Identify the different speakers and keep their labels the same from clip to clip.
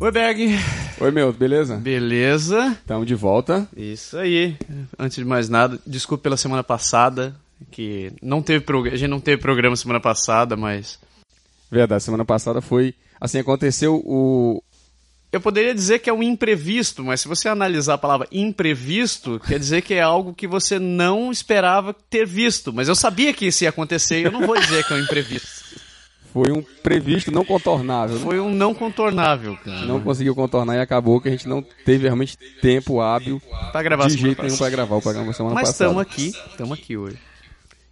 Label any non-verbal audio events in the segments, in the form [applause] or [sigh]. Speaker 1: Oi, Berg.
Speaker 2: Oi, meu, beleza?
Speaker 1: Beleza?
Speaker 2: Estamos de volta.
Speaker 1: Isso aí. Antes de mais nada, desculpa pela semana passada, que não teve prog- a gente não teve programa semana passada, mas
Speaker 2: Verdade, semana passada foi. Assim, aconteceu o.
Speaker 1: eu poderia dizer que é um imprevisto, mas se você analisar a palavra imprevisto, quer dizer que é algo que você não esperava ter visto, mas eu sabia que isso ia acontecer, e eu não vou dizer que é um imprevisto.
Speaker 2: Foi um previsto não contornável. né?
Speaker 1: Foi um não contornável, cara.
Speaker 2: Não conseguiu contornar e acabou que a gente não teve realmente tempo hábil
Speaker 1: Pra gravar
Speaker 2: de
Speaker 1: semana
Speaker 2: jeito nenhum
Speaker 1: passada.
Speaker 2: pra gravar o programa semana
Speaker 1: Mas
Speaker 2: passada.
Speaker 1: estamos aqui, estamos aqui hoje.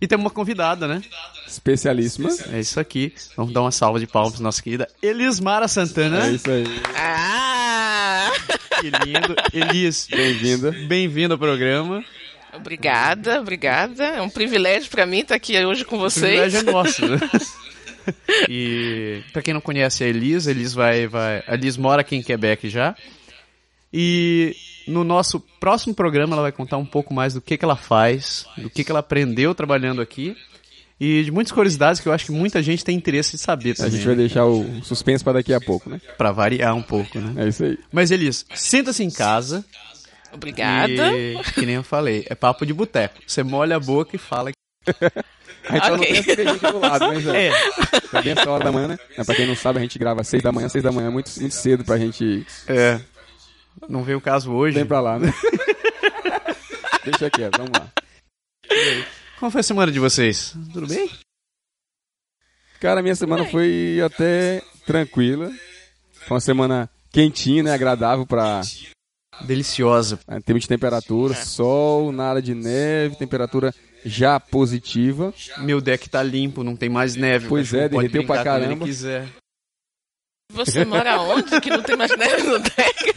Speaker 1: E temos uma convidada, né?
Speaker 2: Especialíssima.
Speaker 1: É isso aqui. Vamos dar uma salva de palmas pra nossa querida Elismara Santana.
Speaker 2: É isso aí.
Speaker 3: Ah! [laughs]
Speaker 1: Que lindo. Elis,
Speaker 2: Bem-vinda.
Speaker 1: bem-vindo ao programa.
Speaker 3: Obrigada, obrigada. É um privilégio pra mim estar aqui hoje com
Speaker 1: O privilégio é
Speaker 3: vocês.
Speaker 1: nosso. né? E pra quem não conhece a Elis, a Elis vai, vai, a Elis mora aqui em Quebec já. E no nosso próximo programa ela vai contar um pouco mais do que, que ela faz, do que, que ela aprendeu trabalhando aqui e de muitas curiosidades que eu acho que muita gente tem interesse de saber
Speaker 2: A
Speaker 1: também,
Speaker 2: gente vai deixar o suspense pra daqui a pouco, né?
Speaker 1: né? pra variar um pouco, né?
Speaker 2: É isso aí.
Speaker 1: Mas Elis, sinta-se em casa.
Speaker 3: Obrigada.
Speaker 1: E, que nem eu falei, é papo de boteco. Você molha a boca e fala que
Speaker 2: A gente só não
Speaker 3: Ok.
Speaker 2: tem a cervejinha aqui do lado, né,
Speaker 1: [laughs]
Speaker 2: Zé?
Speaker 1: é.
Speaker 2: Tá bem essa hora da manhã, né? É, Pra quem não sabe, a gente grava às seis da manhã. Seis da manhã é muito, muito cedo pra gente
Speaker 1: É. Não veio o caso hoje.
Speaker 2: Vem pra
Speaker 1: [laughs]
Speaker 2: lá, né? Deixa quieto, vamos lá.
Speaker 1: Como foi a semana de vocês? Tudo bem?
Speaker 2: Cara, minha semana foi até tranquila. Foi uma semana quentinha, né? Agradável pra
Speaker 1: Deliciosa.
Speaker 2: em termos de temperatura, sol, nada de neve, temperatura já positiva.
Speaker 1: Meu deck tá limpo, não tem mais neve.
Speaker 2: Pois
Speaker 1: o cachorro
Speaker 2: é,
Speaker 1: pode
Speaker 2: derreteu
Speaker 1: brincar
Speaker 2: pra
Speaker 1: quando ele
Speaker 2: caramba.
Speaker 1: quiser.
Speaker 3: Você mora onde? Que não tem mais neve no deck.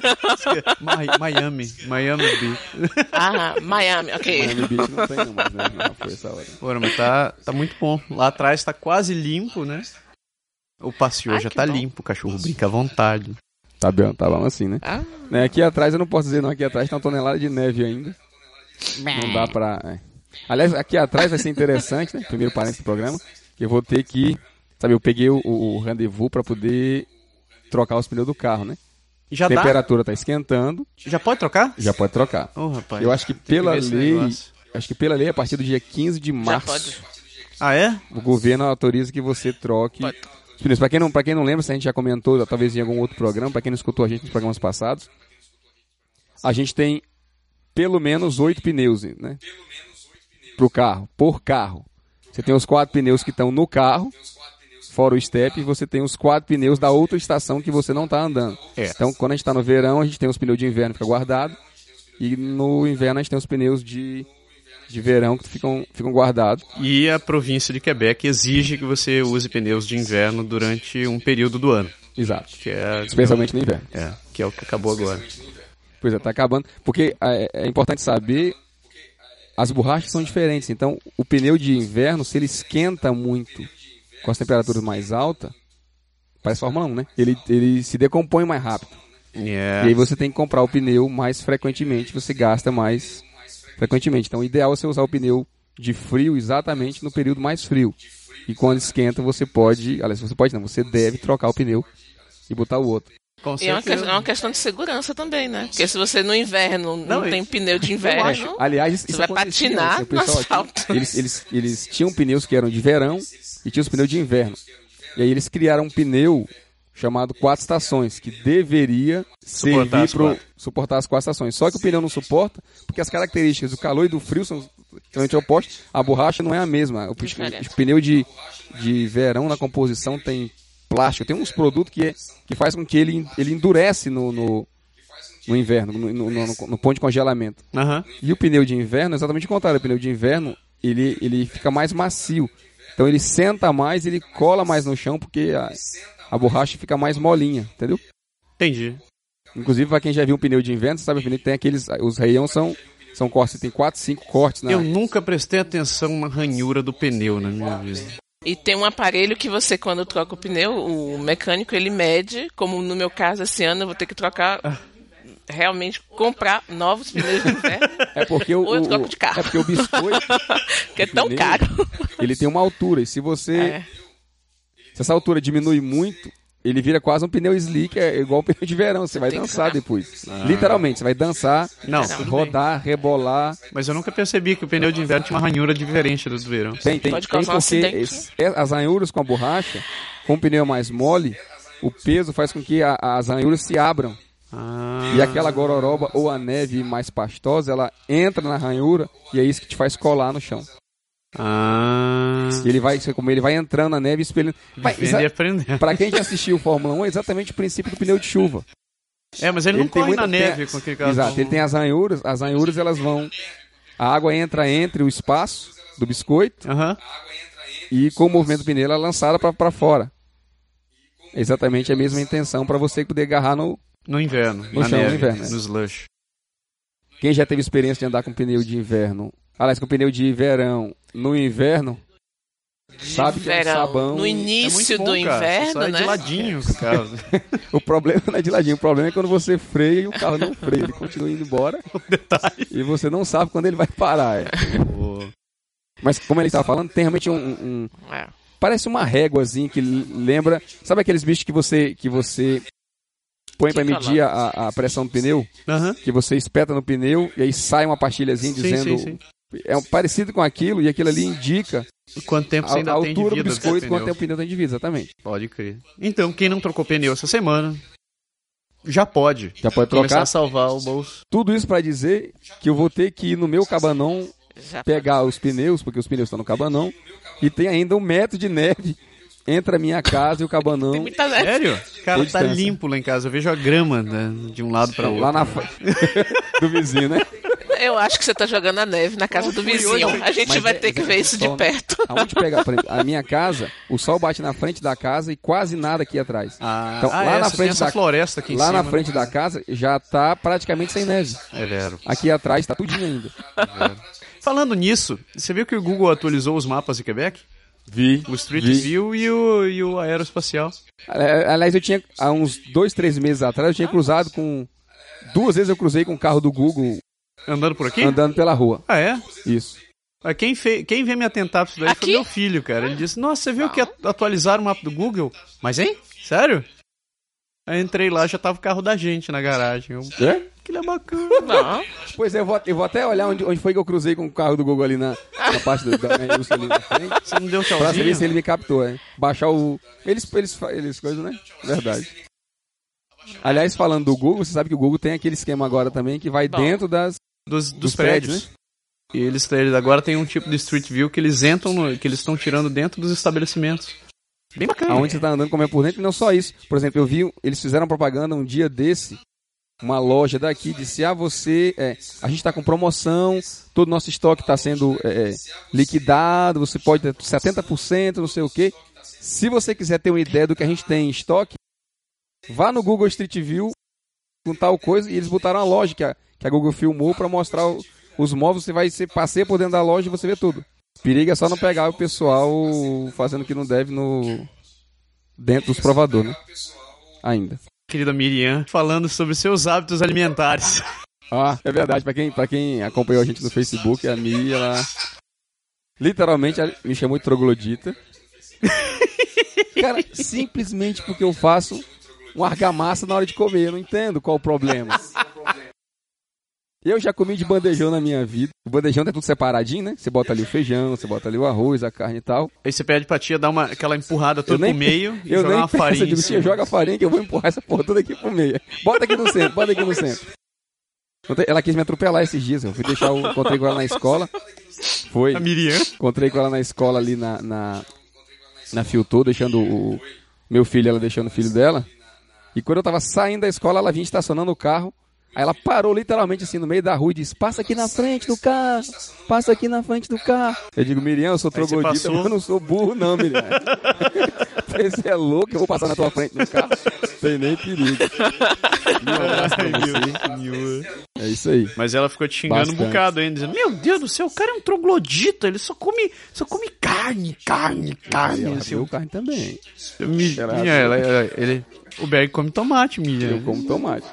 Speaker 1: Mi- Miami, Miami Beach.
Speaker 3: Ah, Miami, ok.
Speaker 2: Miami Beach não tem não, mas né, já foi essa hora.
Speaker 1: Pô, mas tá, tá muito bom. Lá atrás tá quase limpo, né? O passeio
Speaker 3: Ai,
Speaker 1: já
Speaker 3: que
Speaker 1: tá
Speaker 3: bom.
Speaker 1: limpo, o cachorro brinca à vontade.
Speaker 2: Tá bom, tá bom assim, né?
Speaker 3: Ah,
Speaker 2: Né, Aqui atrás eu não posso dizer não, aqui atrás tem uma tonelada de neve ainda. Não dá pra. é. Aliás, aqui atrás vai ser interessante, né? Primeiro parênteses do programa. que Eu vou ter que. Sabe, eu peguei o, o rendezvous pra poder trocar os pneus do carro, né?
Speaker 1: Já
Speaker 2: A temperatura tá esquentando,
Speaker 1: dá? Já pode trocar?
Speaker 2: já pode trocar.
Speaker 1: Ô, rapaz.
Speaker 2: Eu acho que
Speaker 1: tem
Speaker 2: pela
Speaker 1: ver esse
Speaker 2: lei.
Speaker 1: negócio.
Speaker 2: Acho que pela lei, a partir do dia 15 de
Speaker 3: já
Speaker 2: março,
Speaker 3: pode.
Speaker 1: Ah, é?
Speaker 2: o governo autoriza que você troque.
Speaker 3: Pode.
Speaker 2: os pneus. Pra quem, não, pra quem não lembra, se a gente já comentou, talvez em algum outro programa, pra quem não escutou a gente nos programas passados, a gente tem pelo menos oito pneus, né? Pro carro, por carro. Você tem os quatro pneus que estão no carro, fora o step, e você tem os quatro pneus da outra estação que você não tá andando.
Speaker 1: É.
Speaker 2: Então, quando a gente tá no verão, a gente tem os pneus de inverno que fica guardado, e no inverno a gente tem os pneus de, de verão que ficam, ficam guardados.
Speaker 1: E a província de Quebec exige que você use pneus de inverno durante um período do ano,
Speaker 2: Exato.
Speaker 1: que é,
Speaker 2: Especialmente no inverno.
Speaker 1: é, que, é o que acabou agora.
Speaker 2: Pois é, tá acabando. Porque é, é importante saber, as borrachas são diferentes. Então, o pneu de inverno, se ele esquenta muito com as temperaturas mais altas, parece Fórmula 1, né? Ele, ele se decompõe mais rápido. E aí
Speaker 1: Yeah.
Speaker 2: você tem que comprar o pneu mais frequentemente, você gasta mais frequentemente. Então, o ideal é você usar o pneu de frio exatamente no período mais frio. E quando esquenta, você pode, aliás, você pode não, você deve trocar o pneu e botar o outro.
Speaker 1: Com
Speaker 3: E é uma, que-
Speaker 1: certeza.
Speaker 3: é uma questão de segurança também, né? Porque se você no inverno não,
Speaker 1: Não, e-
Speaker 3: tem
Speaker 1: [laughs]
Speaker 3: pneu de
Speaker 2: É,
Speaker 3: inverno,
Speaker 2: aliás, isso
Speaker 3: você vai
Speaker 2: acontecia,
Speaker 3: patinar
Speaker 2: assim, o
Speaker 3: no
Speaker 2: pessoal aqui,
Speaker 3: asfalto.
Speaker 2: eles, eles, eles tinham pneus que eram de verão e tinham os pneus de inverno. E aí eles criaram um pneu chamado quatro estações, que deveria
Speaker 1: Suportar
Speaker 2: servir
Speaker 1: as
Speaker 2: para
Speaker 1: quatro.
Speaker 2: suportar as quatro estações. Só que o pneu não suporta, porque as características do calor e do frio são totalmente opostas. A borracha não é a mesma. O, p-
Speaker 3: Diferente.
Speaker 2: o pneu de, de verão na composição tem plástico, tem uns produtos que, é, que faz com que ele, ele endurece no, no, no inverno, no, no, no- no ponto de congelamento.
Speaker 1: Aham.
Speaker 2: E o pneu de inverno é exatamente o contrário. O pneu de inverno, ele, ele fica mais macio. Então ele senta mais, ele cola mais no chão, porque a, a borracha fica mais molinha, entendeu?
Speaker 1: Entendi.
Speaker 2: Inclusive, para quem já viu um pneu de invento, sabe, o pneu tem aqueles. Os reião são, são cortes, tem 4, 5 cortes, né?
Speaker 1: Eu nunca prestei atenção na ranhura do pneu na minha vida.
Speaker 3: E tem um aparelho que você, quando troca o pneu, o mecânico ele mede, como no meu caso esse ano eu vou ter que trocar,
Speaker 1: Ah.
Speaker 3: realmente comprar novos pneus de inverno.
Speaker 2: É
Speaker 3: [laughs]
Speaker 2: porque o,
Speaker 3: Ou eu
Speaker 2: o-
Speaker 3: troco de carro.
Speaker 2: É porque o
Speaker 3: [laughs]
Speaker 2: biscoito,
Speaker 3: que é tão
Speaker 2: pneu.
Speaker 3: caro.
Speaker 2: ele tem uma altura, e se você.
Speaker 3: É.
Speaker 2: Se essa altura diminui muito, ele vira quase um pneu slick, é igual um pneu de verão, você vai
Speaker 3: Tem que
Speaker 2: dançar
Speaker 3: rodar.
Speaker 2: depois. Literalmente, você vai dançar,
Speaker 1: Não, tudo bem.
Speaker 2: rodar, rebolar.
Speaker 1: Mas eu nunca percebi que o pneu de inverno tinha uma ranhura diferente do do verão.
Speaker 2: Tem, tem,
Speaker 3: Pode
Speaker 2: tem
Speaker 3: causar um
Speaker 2: porque
Speaker 3: acidente,
Speaker 2: es- é- as ranhuras com a borracha, com o pneu mais mole, o peso faz com que a- as ranhuras se abram.
Speaker 1: Ah,
Speaker 2: E aquela gororoba ou a neve mais pastosa, ela entra na ranhura e é isso que te faz colar no chão.
Speaker 1: ah
Speaker 2: E ele vai, você- como ele vai entrando na neve e espelhando. Mas,
Speaker 1: vivendo e
Speaker 2: exa-
Speaker 1: aprendendo.
Speaker 2: pra quem já assistiu Fórmula 1, é exatamente o princípio do pneu de chuva.
Speaker 1: É, mas ele, não
Speaker 2: tem
Speaker 1: corre
Speaker 2: muita-
Speaker 1: na
Speaker 2: tem
Speaker 1: neve
Speaker 2: a-
Speaker 1: com aquele carro.
Speaker 2: Exato, ele tem as ranhuras, as ranhuras elas vão. A água entra entre o espaço do biscoito
Speaker 1: Aham.
Speaker 2: e com o movimento do pneu ela é lançada pra- pra fora. É Exatamente a mesma intenção pra você poder agarrar no.
Speaker 1: No inverno,
Speaker 2: No
Speaker 1: na
Speaker 2: chão, no
Speaker 1: neve,
Speaker 2: inverno, é.
Speaker 1: no slush.
Speaker 2: Quem já teve experiência de andar com pneu de inverno, aliás, com pneu de verão no inverno, sabe que é um
Speaker 3: Verão.
Speaker 2: sabão.
Speaker 3: No
Speaker 1: É
Speaker 3: início
Speaker 1: muito bom,
Speaker 3: do
Speaker 1: cara, você
Speaker 3: inverno,
Speaker 2: é
Speaker 1: sai
Speaker 3: né?
Speaker 1: de ladinho com o
Speaker 2: [laughs]
Speaker 1: carro.
Speaker 2: O problema não é de ladinho, o problema é quando você freia e o carro não freia, ele continua
Speaker 1: [laughs]
Speaker 2: indo embora.
Speaker 1: Um
Speaker 2: E você não sabe quando ele vai parar. é.
Speaker 1: Pô.
Speaker 2: Mas como ele estava falando, tem realmente um, um- um-
Speaker 3: É.
Speaker 2: Parece uma réguazinha que l- lembra. Sabe aqueles bichos que você que você põe para medir a, a pressão do pneu?
Speaker 1: Aham.
Speaker 2: Que você espeta no pneu e aí sai uma pastilhazinha
Speaker 1: Sim,
Speaker 2: dizendo.
Speaker 1: sim,
Speaker 2: É um- parecido com aquilo e aquilo ali indica
Speaker 1: Quanto tempo você
Speaker 2: a, a
Speaker 1: ainda tem de
Speaker 2: altura do
Speaker 1: vida desse
Speaker 2: biscoito quanto
Speaker 1: pneu?
Speaker 2: é o pneu tem de vida, exatamente.
Speaker 1: Pode crer. Então, quem não trocou pneu essa semana, já pode
Speaker 2: Já pode
Speaker 1: começar assim.
Speaker 2: trocar.
Speaker 1: a salvar o bolso.
Speaker 2: Tudo isso para dizer que eu vou ter que ir no meu cabanão
Speaker 3: Já tá
Speaker 2: pegar os pneus, porque os pneus estão no cabanão, e tem ainda um metro de neve entre a minha casa e o
Speaker 3: Tem
Speaker 2: cabanão.
Speaker 3: muita neve.
Speaker 1: Sério? Cara,
Speaker 2: Boa
Speaker 1: tá
Speaker 2: distância.
Speaker 1: limpo lá em casa. Eu vejo a grama né, de um lado pra outro.
Speaker 2: Lá na fa- [laughs] do vizinho, né?
Speaker 3: Eu acho que você tá jogando a neve na casa do vizinho. A gente
Speaker 2: Mas
Speaker 3: vai
Speaker 2: é-
Speaker 3: ter que
Speaker 2: mas é
Speaker 3: ver isso de
Speaker 2: sol, né?
Speaker 3: perto.
Speaker 2: Aonde pega, por exemplo, a minha casa, o sol bate na frente da casa e quase nada aqui atrás.
Speaker 1: Ah,
Speaker 2: Então,
Speaker 1: ah,
Speaker 2: lá
Speaker 1: é,
Speaker 2: na
Speaker 1: você tem
Speaker 2: frente
Speaker 1: essa
Speaker 2: da-
Speaker 1: floresta aqui em
Speaker 2: Lá
Speaker 1: cima. né?
Speaker 2: na frente da casa já tá praticamente sem neve.
Speaker 1: É vero.
Speaker 2: Aqui atrás tá tudinho ainda.
Speaker 1: Falando nisso, você viu que o Google atualizou os mapas de Quebec?
Speaker 2: Vi.
Speaker 1: O Street
Speaker 2: Vi.
Speaker 1: View e o, e o aeroespacial.
Speaker 2: É, Aliás, eu tinha, há uns dois, três meses atrás, eu tinha cruzado com. Duas vezes eu cruzei com o carro do Google
Speaker 1: Andando por aqui?
Speaker 2: andando pela rua.
Speaker 1: Ah, é?
Speaker 2: Isso.
Speaker 1: Ah, Quem, fe... Quem veio me atentar pra isso daí
Speaker 3: Aqui?
Speaker 1: foi meu filho, cara. Ele disse, nossa, você viu que at- atualizaram o mapa do Google? Mas, hein? Sério? Aí eu entrei lá, já tava o carro da gente na garagem. Eu...
Speaker 2: É?
Speaker 1: Que é bacana.
Speaker 3: Bom,
Speaker 2: Pois é, eu vou, eu vou até olhar onde, onde foi que eu cruzei com o carro do Google ali na, na parte do- da minha ali na frente.
Speaker 1: Você não deu
Speaker 2: Pra saber
Speaker 1: tchauzinho?
Speaker 2: se ele me captou, hein? Baixar o. Eles, eles, fa- eles coisas, né? Verdade. Aliás, falando do Google, você sabe que o Google tem aquele esquema agora também que vai
Speaker 3: Bom.
Speaker 2: dentro das.
Speaker 1: Dos, dos
Speaker 2: dos prédios,
Speaker 1: prédios. E eles, eles agora tem um tipo de Street View que eles entram, no- que eles estão tirando dentro dos estabelecimentos. Bem bacana.
Speaker 2: aonde você tá andando, como é por dentro, e não só isso. Por exemplo, eu vi, eles fizeram propaganda um dia desse, uma loja daqui, disse: Ah, você. é, a gente tá com promoção, todo o nosso estoque está sendo é, é, liquidado, você pode ter 70%, não sei o quê. Se você quiser ter uma ideia do que a gente tem em estoque, vá no Google Street View com tal coisa, e eles botaram a loja que a, que a Google filmou para mostrar o- os móveis, você vai você passeia por dentro da loja e você vê tudo. Perigo é só não pegar o pessoal fazendo o que não deve no, dentro dos provadores, né? Ainda.
Speaker 1: Querida Miriam, falando sobre seus hábitos alimentares.
Speaker 2: Ah, é verdade. Pra quem, pra quem acompanhou a gente no Facebook, a Mi, ela. Literalmente ela me chamou de troglodita. [laughs] Cara, simplesmente porque eu faço um argamassa na hora de comer. Eu não entendo qual o problema. Eu já comi de bandejão na minha vida. O bandejão é tudo separadinho, né? Você bota ali o feijão, você bota ali o arroz, a carne e tal.
Speaker 1: Aí você pede pra tia dar uma, aquela empurrada
Speaker 2: Eu
Speaker 1: toda
Speaker 2: nem-
Speaker 1: pro
Speaker 2: [laughs]
Speaker 1: meio e
Speaker 2: eu
Speaker 1: jogar
Speaker 2: nem
Speaker 1: uma
Speaker 2: penso,
Speaker 1: farinha.
Speaker 2: eu digo,
Speaker 1: em
Speaker 2: tia,
Speaker 1: cima.
Speaker 2: joga a farinha que eu vou empurrar essa porra toda aqui pro meio. Bota aqui no centro, bota aqui no centro. Ontem Ela quis me atropelar esses dias, eu fui deixar o... Encontrei com ela na escola. Foi.
Speaker 1: A Miriam.
Speaker 2: Encontrei com ela na escola ali na... Na, na Fiutou, deixando o... Meu filho, ela deixando o filho dela. E quando eu tava saindo da escola, ela vinha estacionando o carro Aí ela parou literalmente assim no meio da rua e disse: Passa aqui na frente do carro, passa aqui na frente do carro. Eu digo: Miriam, eu sou
Speaker 1: Aí você
Speaker 2: troglodita,
Speaker 1: passou.
Speaker 2: mas eu não sou burro, não, Miriam. [laughs] Você é louco, eu vou passar na tua frente no carro. Tem nem perigo. Um abraço [laughs] pra você. É isso aí.
Speaker 1: Mas ela ficou te xingando um
Speaker 2: Bastante.
Speaker 1: bocado ainda, dizendo: Meu Deus do céu, o cara é um troglodita, ele só come, só come carne, carne,
Speaker 2: E
Speaker 1: carne.
Speaker 2: ela
Speaker 1: Assim,
Speaker 2: abriu o carro também.
Speaker 1: eu me-
Speaker 2: Ela-
Speaker 1: minha, ela- ela- ele, o Berg come tomate, minha.
Speaker 2: assim. Eu como tomate.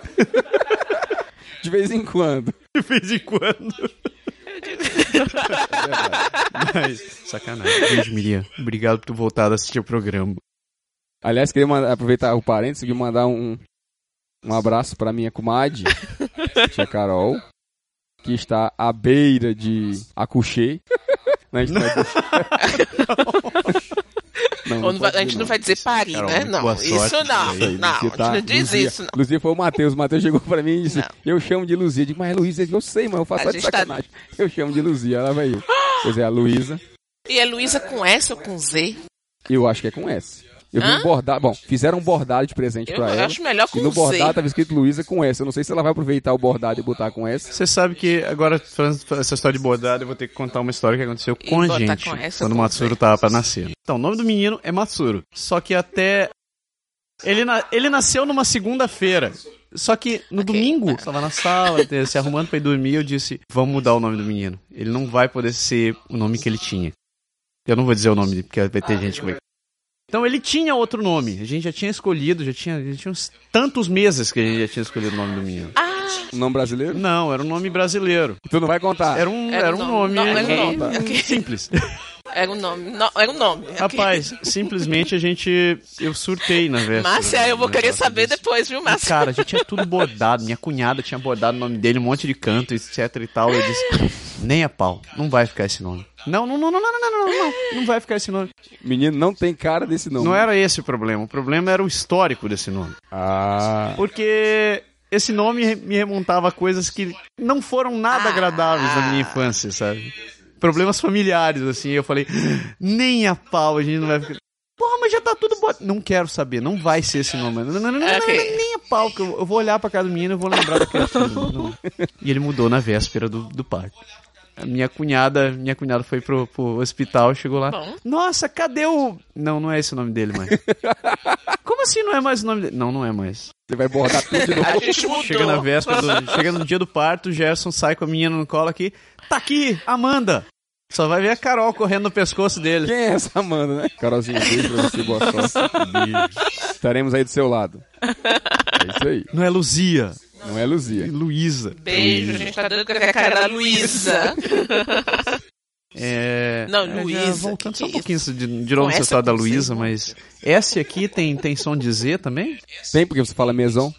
Speaker 2: [laughs] De vez em quando.
Speaker 1: de vez em quando. É Mas, sacanagem. Beijo, Miriam. Obrigado por ter voltado a assistir o programa.
Speaker 2: Aliás, queria mandar- aproveitar o parênteses e mandar um, um abraço pra minha
Speaker 3: [laughs]
Speaker 2: comadre, tia Carol, que está à beira de Acuchê. Não, a gente não vai
Speaker 3: [laughs]
Speaker 2: Não,
Speaker 3: Ou não vai-
Speaker 2: pode
Speaker 3: a gente não vai dizer Paris,
Speaker 1: Carol,
Speaker 3: né?
Speaker 1: muito
Speaker 3: Não,
Speaker 1: boa sorte
Speaker 3: isso não.
Speaker 1: pra
Speaker 2: Aí,
Speaker 3: Não, a
Speaker 2: Luzia
Speaker 3: gente
Speaker 2: tá-
Speaker 3: não diz
Speaker 2: Luzia-
Speaker 3: isso, não.
Speaker 2: Luzia foi o Matheus. O Matheus chegou pra mim e disse:
Speaker 3: Não.
Speaker 2: Eu chamo de Luzia. Eu digo, mas Luísa, eu sei, mas eu faço
Speaker 3: A
Speaker 2: só de
Speaker 3: gente tá-
Speaker 2: sacanagem. Eu chamo de Luzia, ela vai eu. Pois é, a Luísa,
Speaker 3: E é Luísa com S ou com Z?
Speaker 2: eu acho que é com S. Eu vi
Speaker 3: Hã?
Speaker 2: um bordado. Bom, fizeram um bordado de presente
Speaker 3: Eu
Speaker 2: pra ela.
Speaker 3: acho melhor
Speaker 2: E
Speaker 3: com
Speaker 2: no
Speaker 3: Z.
Speaker 2: bordado tava escrito Luísa com S. Eu não sei se ela vai aproveitar o bordado e botar com S.
Speaker 1: Você sabe que agora, falando essa história de bordado, eu vou ter que contar uma história que aconteceu com a
Speaker 3: botar
Speaker 1: gente
Speaker 3: com essa
Speaker 1: quando o
Speaker 3: com
Speaker 1: Matsuro
Speaker 3: essa.
Speaker 1: tava pra nascer. Então, o nome do menino é Matsuro. Só que até. Ele, na- ele nasceu numa segunda-feira. Só que no domingo,
Speaker 3: Tá.
Speaker 1: eu tava na sala, te- se arrumando pra ir dormir, eu disse: vamos mudar o nome do menino. Ele não vai poder ser o nome que ele tinha. Eu não vou dizer o nome, porque vai ter gente que vai. Então ele tinha outro nome. A gente já tinha escolhido, já tinha, já tinha uns tantos meses que a gente já tinha escolhido o nome do menino.
Speaker 3: Ah.
Speaker 2: O nome brasileiro?
Speaker 1: Não, era um nome brasileiro.
Speaker 2: Tu não vai contar.
Speaker 1: Era um, era um nome
Speaker 3: não, era um
Speaker 2: Ok.
Speaker 3: nome. [laughs] ok.
Speaker 1: simples.
Speaker 2: é
Speaker 3: Era um nome. não, era um nome. ok.
Speaker 1: Rapaz, simplesmente a gente. Eu surtei na véspera.
Speaker 3: Márcia, é, eu vou
Speaker 1: né,
Speaker 3: querer
Speaker 1: negócio
Speaker 3: saber
Speaker 1: disso.
Speaker 3: depois, viu,
Speaker 1: E,
Speaker 3: Márcia?
Speaker 1: Cara, a gente tinha tudo bordado. Minha cunhada tinha bordado o nome dele, um monte de canto, etc e tal. Eu disse: nem a pau, não vai ficar esse nome. Não, não, não, não, não, não, não, não, não, não vai ficar esse nome.
Speaker 2: Menino não é? tem cara desse nome.
Speaker 1: Não era esse o problema. O problema era o histórico desse nome. É.
Speaker 2: Ah.
Speaker 1: Porque esse nome me remontava a coisas que não foram nada
Speaker 3: Ah.
Speaker 1: agradáveis na minha infância, sabe? Problemas familiares, assim. Eu falei, nem a pau, a gente não vai ficar. [laughs] Porra, mas já tá tudo bom. Não quero saber, não vai ser esse nome. Não, não, não, não, não,
Speaker 3: É, Ok.
Speaker 1: não, nem a pau, que eu, eu vou olhar pra cara do menino e vou lembrar [laughs] daquele filme. Não. E ele mudou na véspera do, do parque. A minha cunhada, minha cunhada foi pro, pro hospital, chegou lá.
Speaker 3: Bom.
Speaker 1: Nossa, cadê o. Não, não é esse o nome dele [laughs] mais. Como assim não é mais o nome dele? Não, não é mais.
Speaker 2: Você vai bordar tudo de novo.
Speaker 3: A gente mudou.
Speaker 1: Chega na véspera, do,
Speaker 3: [laughs]
Speaker 1: chega no dia do parto, o Gerson sai com a menina no colo aqui. Tá aqui, Amanda! Só vai ver a Carol correndo no pescoço dele.
Speaker 2: Quem é essa Amanda, né? Carolzinha, beijo pra você, boa sorte. Estaremos aí do seu lado. É isso aí.
Speaker 1: Não é Luzia,
Speaker 2: Não é
Speaker 1: é
Speaker 2: Luzia.
Speaker 1: Luísa.
Speaker 3: Beijo, a gente tá doido com a cara da Luísa.
Speaker 1: É...
Speaker 3: Não,
Speaker 1: é, já
Speaker 3: Luísa,
Speaker 1: Voltando
Speaker 3: que
Speaker 1: só um
Speaker 3: isso?
Speaker 1: pouquinho de, de novo
Speaker 3: Com
Speaker 1: nessa
Speaker 3: essa
Speaker 1: história da
Speaker 3: eu não sei.
Speaker 1: Luísa, mas. Essa aqui tem, tem som de Z também?
Speaker 2: Tem porque você fala mesão?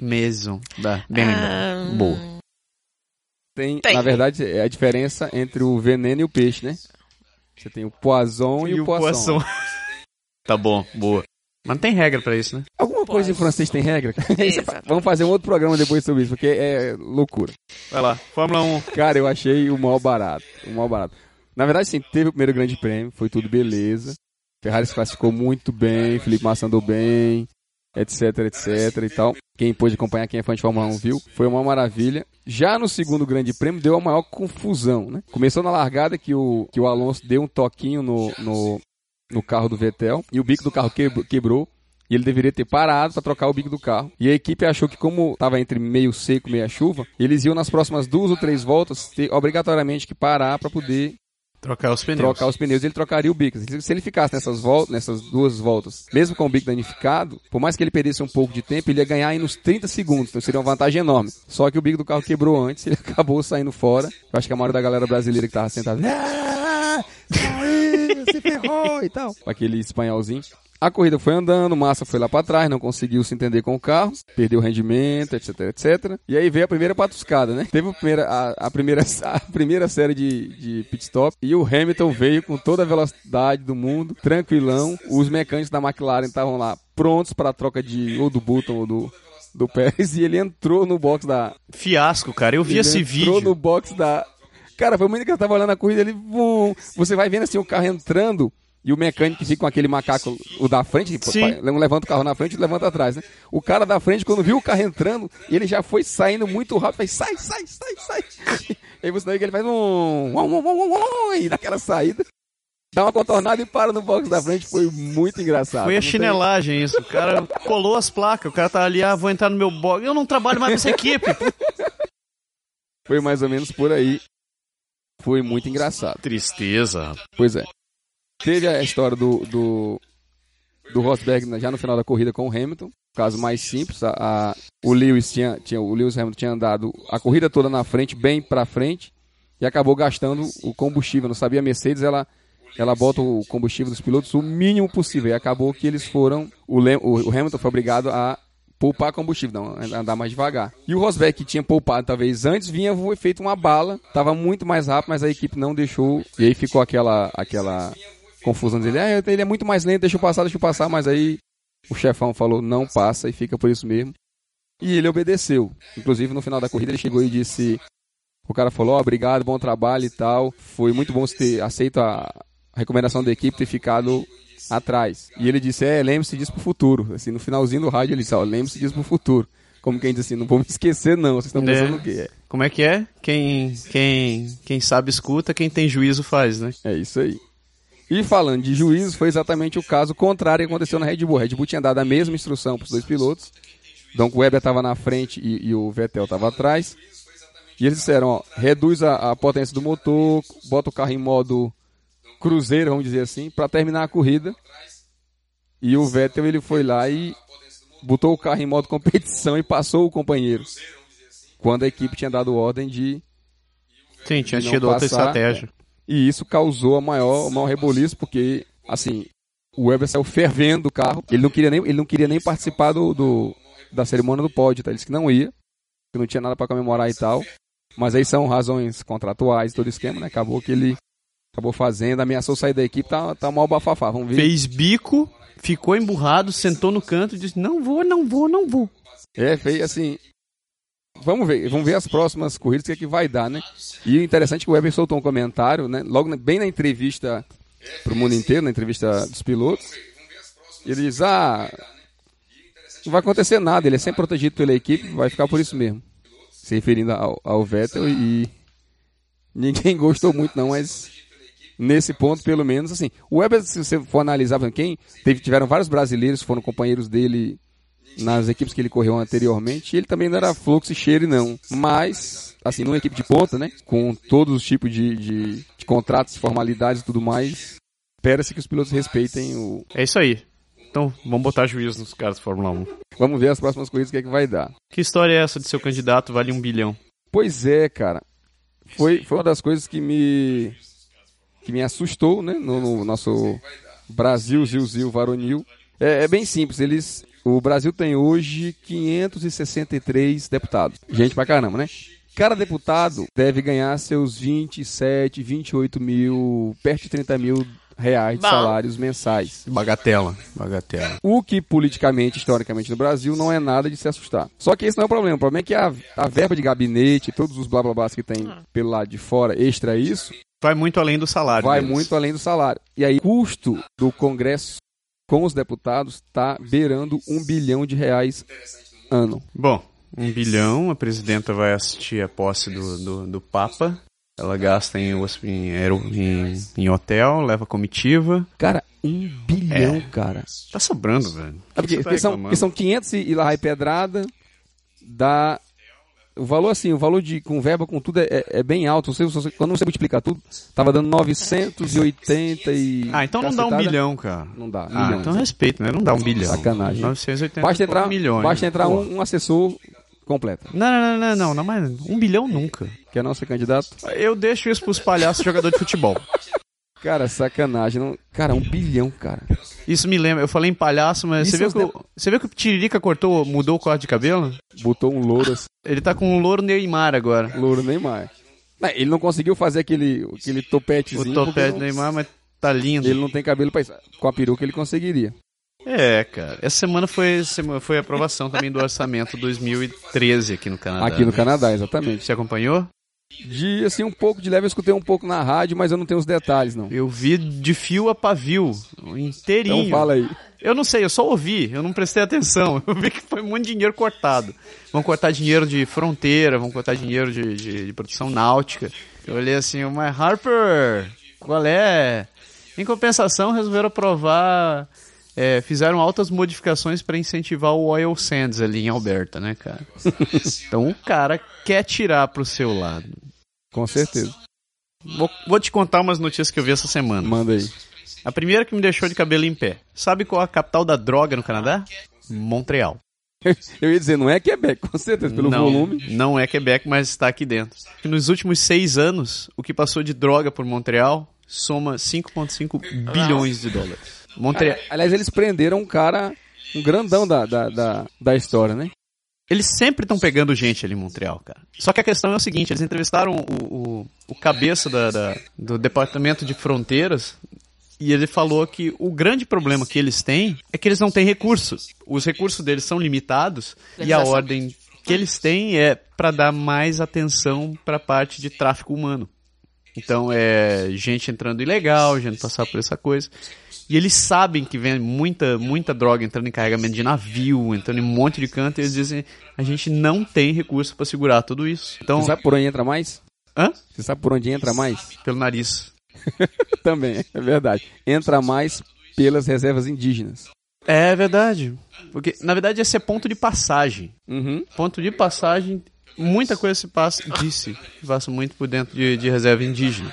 Speaker 1: Mesmo. Dá. Bem lembrado.
Speaker 3: Ah,
Speaker 1: Boa.
Speaker 2: Tem,
Speaker 3: Tem.
Speaker 2: Na verdade, é a diferença entre o veneno e o peixe, né? Você tem o poison e, o poisson.
Speaker 1: tá bom, boa. Mas não tem regra pra isso, né?
Speaker 2: Alguma coisa em francês tem regra? [laughs] Isso é fa- Vamos fazer um outro programa depois sobre isso, porque é loucura.
Speaker 1: Vai lá, Fórmula 1.
Speaker 2: Cara, eu achei o maior barato. O maior barato. Na verdade, sim, teve o primeiro grande prêmio, foi tudo beleza. Ferrari se classificou muito bem, Felipe Massa andou bem, etc, etc e tal. Quem pôde acompanhar, quem é fã de Fórmula 1 viu, foi uma maravilha. Já no segundo grande prêmio, deu a maior confusão, né? Começou na largada que o, que o Alonso deu um toquinho no, no, no carro do Vettel e o bico do carro queb- quebrou. E ele deveria ter parado para trocar o bico do carro. E a equipe achou que, como estava entre meio seco e meia chuva, eles iam nas próximas duas ou três voltas ter obrigatoriamente que parar para poder
Speaker 1: Trocar os pneus.
Speaker 2: trocar os pneus, ele trocaria o bico. Se se ele ficasse nessas, voltas, nessas duas voltas, mesmo com o bico danificado, por mais que ele perdesse um pouco de tempo, ele ia ganhar aí nos 30 segundos, então seria uma vantagem enorme. Só que o bico do carro quebrou antes, [laughs] ele acabou saindo fora. Eu acho que a maioria da galera brasileira que tava sentada. "Ah, [laughs] saiu, se ferrou e tal. [laughs] Aquele espanholzinho. A corrida foi andando, o Massa foi lá pra trás, não conseguiu se entender com o carro, perdeu o rendimento, etc, etc. E aí veio a primeira patuscada, né? Teve a primeira, a, a primeira, [laughs] a primeira série de, de pit stop e o Hamilton veio com toda a velocidade do mundo, tranquilão. Os mecânicos da McLaren estavam lá prontos para a troca de ou do Button ou do, do Pérez e ele entrou no box da,
Speaker 1: Fiasco, cara. Eu vi
Speaker 2: ele
Speaker 1: esse
Speaker 2: entrou
Speaker 1: vídeo.
Speaker 2: no box da. Cara, foi muito que eu tava olhando a corrida, ele. Vum, você vai vendo assim o carro entrando E o mecânico que fica com aquele macaco, o da frente, que
Speaker 1: Sim.
Speaker 2: pa- um levanta o carro na frente e levanta atrás, né? O cara da frente, quando viu o carro entrando, ele já foi saindo muito rápido, faz sai, sai, sai, sai. [laughs] Aí você vê que ele faz um, um, um, um, um, um e daquela saída, dá uma contornada e para no box da frente, foi muito engraçado.
Speaker 1: Foi
Speaker 2: Não
Speaker 1: a
Speaker 2: tem-
Speaker 1: chinelagem isso. O cara colou as placas, o cara tá ali, ah, vou entrar no meu box. Eu não trabalho mais nessa equipe.
Speaker 2: Foi mais ou menos por aí. Foi muito engraçado.
Speaker 4: Tristeza.
Speaker 2: Pois é. Teve a história do, do, do Rosberg na- já no final da corrida com o Hamilton. Caso mais simples, a, a- o, Lewis tinha, tinha, o Lewis Hamilton tinha andado a corrida toda na frente, bem pra frente, e acabou gastando o combustível. Não sabia a Mercedes, ela, ela bota o combustível dos pilotos o mínimo possível. E acabou que eles foram. O, Lem- o- o Hamilton foi obrigado a poupar combustível, não, a andar mais devagar. E o Rosberg, que tinha poupado talvez antes, vinha vo- feito uma bala, estava muito mais rápido, mas a equipe não deixou. E aí ficou aquela, aquela confusão dele. Ah, ele é muito mais lento, deixa eu passar, deixa eu passar, mas aí o chefão falou, não passa e fica por isso mesmo. E ele obedeceu. Inclusive, no final da corrida, ele chegou e disse: O cara falou, ó, obrigado, bom trabalho e tal. Foi muito bom você ter aceito a recomendação da equipe ter ficado atrás. E ele disse: É, lembre-se disso pro futuro. Assim, no finalzinho do rádio, ele disse: Ó, lembre-se disso pro futuro. Como quem diz assim: Não vou me esquecer, não. Vocês estão pensando
Speaker 1: É.
Speaker 2: o quê?
Speaker 1: Como é que é? Quem, quem, quem sabe escuta, quem tem juízo faz, né?
Speaker 2: É isso aí. E falando de juízes, foi exatamente o caso contrário que aconteceu na Red Bull. A Red Bull tinha dado a mesma instrução para os dois pilotos. Então o Weber estava na frente e, e o Vettel estava atrás. E eles disseram, ó, reduz a, a potência do motor, bota o carro em modo cruzeiro, vamos dizer assim, para terminar a corrida. E o Vettel ele foi lá e botou o carro em modo [laughs] competição e passou o companheiro. Quando a equipe tinha dado ordem de
Speaker 1: Sim, tinha
Speaker 2: Não
Speaker 1: tido outra
Speaker 2: passar,
Speaker 1: estratégia.
Speaker 2: e isso causou a maior, o maior reboliço, porque, assim, o Weber saiu fervendo o carro. Ele não queria nem, ele não queria nem participar do, do- da cerimônia do pódio, tá? Ele disse que não ia, que não tinha nada para comemorar e tal. Mas aí são razões contratuais, todo esquema, né? Acabou que ele acabou fazendo, ameaçou sair da equipe, tá, tá mal bafafá. Vamos ver.
Speaker 1: Fez bico, ficou emburrado, sentou no canto e disse: Não vou, não vou, não vou.
Speaker 2: É, fez assim. Vamos ver, vamos ver as próximas corridas, o que é que vai dar, né? E o interessante é que o Weber soltou um comentário, né? Logo, na- bem na entrevista pro mundo inteiro, na entrevista dos pilotos. Ele diz, ah, não vai acontecer nada, ele é sempre protegido pela equipe, vai ficar por isso mesmo. Se referindo ao, ao Vettel e ninguém [laughs] gostou muito não, mas nesse ponto, pelo menos, assim, o Weber, se você for analisar, por exemplo, quem teve, tiveram vários brasileiros, que foram companheiros dele nas equipes que ele correu anteriormente, ele também não era fluxo e cheiro, não. Mas, assim, numa equipe de ponta, né? Com todos os tipos de, de, de contratos, formalidades e tudo mais, espera-se que os pilotos respeitem o.
Speaker 1: É isso aí. Então, vamos botar juízo nos caras da Fórmula 1.
Speaker 2: Vamos ver as próximas corridas o que é que vai dar.
Speaker 1: Que história é essa de seu candidato vale um bilhão?
Speaker 2: Pois é, cara. Foi, foi uma das coisas que me. que me assustou, né? No, no nosso Brasil, Zil, Zil, Varonil. É, é bem simples, eles. O Brasil tem hoje 563 deputados. Gente pra caramba, né? Cada deputado deve ganhar seus 27, 28 mil, perto de 30 mil reais de
Speaker 3: Bom.
Speaker 2: salários mensais.
Speaker 1: Bagatela, bagatela.
Speaker 2: O que politicamente, historicamente no Brasil não é nada de se assustar. Só que esse não é o problema. O problema é que a, a verba de gabinete, todos os blá blá blás que tem pelo lado de fora, extra isso,
Speaker 1: Vai muito além do salário.
Speaker 2: vai
Speaker 1: deles.
Speaker 2: muito além do salário. E aí, o custo do Congresso com os deputados está beirando um bilhão de reais ano.
Speaker 1: Bom, um bilhão, a presidenta vai assistir a posse do, do, do Papa. Ela gasta em, hosp- em, aero- em, em hotel, leva comitiva.
Speaker 2: Cara, um bilhão, cara.
Speaker 1: Tá sobrando, velho.
Speaker 2: É porque,
Speaker 1: Você tá
Speaker 2: porque são,
Speaker 1: reclamando?
Speaker 2: porque são 500 e e lá é pedrada, dá... O valor, assim, o valor de com verba, com tudo, é, é- é bem alto. Você, você- quando você multiplicar tudo, tava dando 980 e...
Speaker 1: Ah, então não dá um
Speaker 2: cacetada.
Speaker 1: bilhão, cara.
Speaker 2: Não dá.
Speaker 1: Ah,
Speaker 2: milhões.
Speaker 1: então respeito, né? Não dá um bilhão.
Speaker 2: Sacanagem.
Speaker 1: 980
Speaker 2: basta entrar,
Speaker 1: milhões.
Speaker 2: basta entrar
Speaker 1: Pô.
Speaker 2: um, um assessor completo,
Speaker 1: Não, não, não, não, não, mas um bilhão nunca.
Speaker 2: que é nosso candidato.
Speaker 1: Eu deixo isso pros palhaços jogador de futebol.
Speaker 2: Cara, sacanagem. Não... Cara, um bilhão, cara.
Speaker 1: Isso me lembra, eu falei em palhaço, mas
Speaker 2: Isso
Speaker 1: você viu,
Speaker 2: os
Speaker 1: que o, você viu que o Tiririca cortou, mudou o corte de cabelo?
Speaker 2: Botou um louro, assim,
Speaker 1: Ele tá com um louro Neymar agora.
Speaker 2: louro Neymar. Não, ele não conseguiu fazer aquele, aquele topetezinho.
Speaker 1: O
Speaker 2: porque
Speaker 1: topete
Speaker 2: não-
Speaker 1: do Neymar, mas tá lindo.
Speaker 2: Ele não tem cabelo pra isso. Com a peruca ele conseguiria.
Speaker 1: É, cara. Essa semana foi, sema- foi a aprovação também do orçamento 2013 aqui no Canadá.
Speaker 2: Aqui no
Speaker 1: né?
Speaker 2: Canadá, exatamente.
Speaker 1: Você acompanhou?
Speaker 2: De, assim, um pouco de leve, eu escutei um pouco na rádio, mas eu não tenho os detalhes, não.
Speaker 1: Eu vi de fio a pavio, inteirinho.
Speaker 2: Então fala aí.
Speaker 1: Eu não sei, eu só ouvi, eu não prestei atenção. [laughs] Eu vi que foi muito dinheiro cortado. Vão cortar dinheiro de fronteira, vão cortar dinheiro de, de, de produção náutica. Eu olhei assim, mas Harper, qual é? Em compensação, resolveram aprovar. é, fizeram altas modificações para incentivar o oil sands ali em Alberta, né, cara? então o cara quer tirar pro seu lado.
Speaker 2: Com certeza.
Speaker 1: Vou, vou te contar umas notícias que eu vi essa semana.
Speaker 2: Manda aí.
Speaker 1: A primeira que me deixou de cabelo em pé. Sabe qual é a capital da droga no Canadá? Montreal.
Speaker 2: Eu ia dizer, não é Quebec, com certeza, pelo
Speaker 1: não,
Speaker 2: volume.
Speaker 1: Não é Quebec, mas está aqui dentro. E nos últimos seis anos, o que passou de droga por Montreal soma 5,5 bilhões de dólares. Montreal.
Speaker 2: Aliás, eles prenderam um cara, um grandão da, da, da, da história, né?
Speaker 1: Eles sempre estão pegando gente ali em Montreal, cara. Só que a questão é o seguinte: eles entrevistaram o, o, o cabeça da- da- do Departamento de Fronteiras e ele falou que o grande problema que eles têm é que eles não têm recursos. Os recursos deles são limitados e a ordem que eles têm é para dar mais atenção para a parte de tráfico humano. Então é gente entrando ilegal, gente passar por essa coisa. E eles sabem que vem muita, muita droga entrando em carregamento de navio, entrando em um monte de canto, e eles dizem, a gente não tem recurso para segurar tudo isso. Então,
Speaker 2: Você sabe por onde entra mais?
Speaker 1: hã?
Speaker 2: Você sabe por onde entra mais? [laughs]
Speaker 1: Pelo nariz.
Speaker 2: Também, é verdade. Entra mais pelas reservas indígenas.
Speaker 1: É verdade. Porque, na verdade, esse é ponto de passagem.
Speaker 2: Uhum.
Speaker 1: Ponto de passagem, muita coisa se passa, disse, que passa muito por dentro de, de reserva indígena.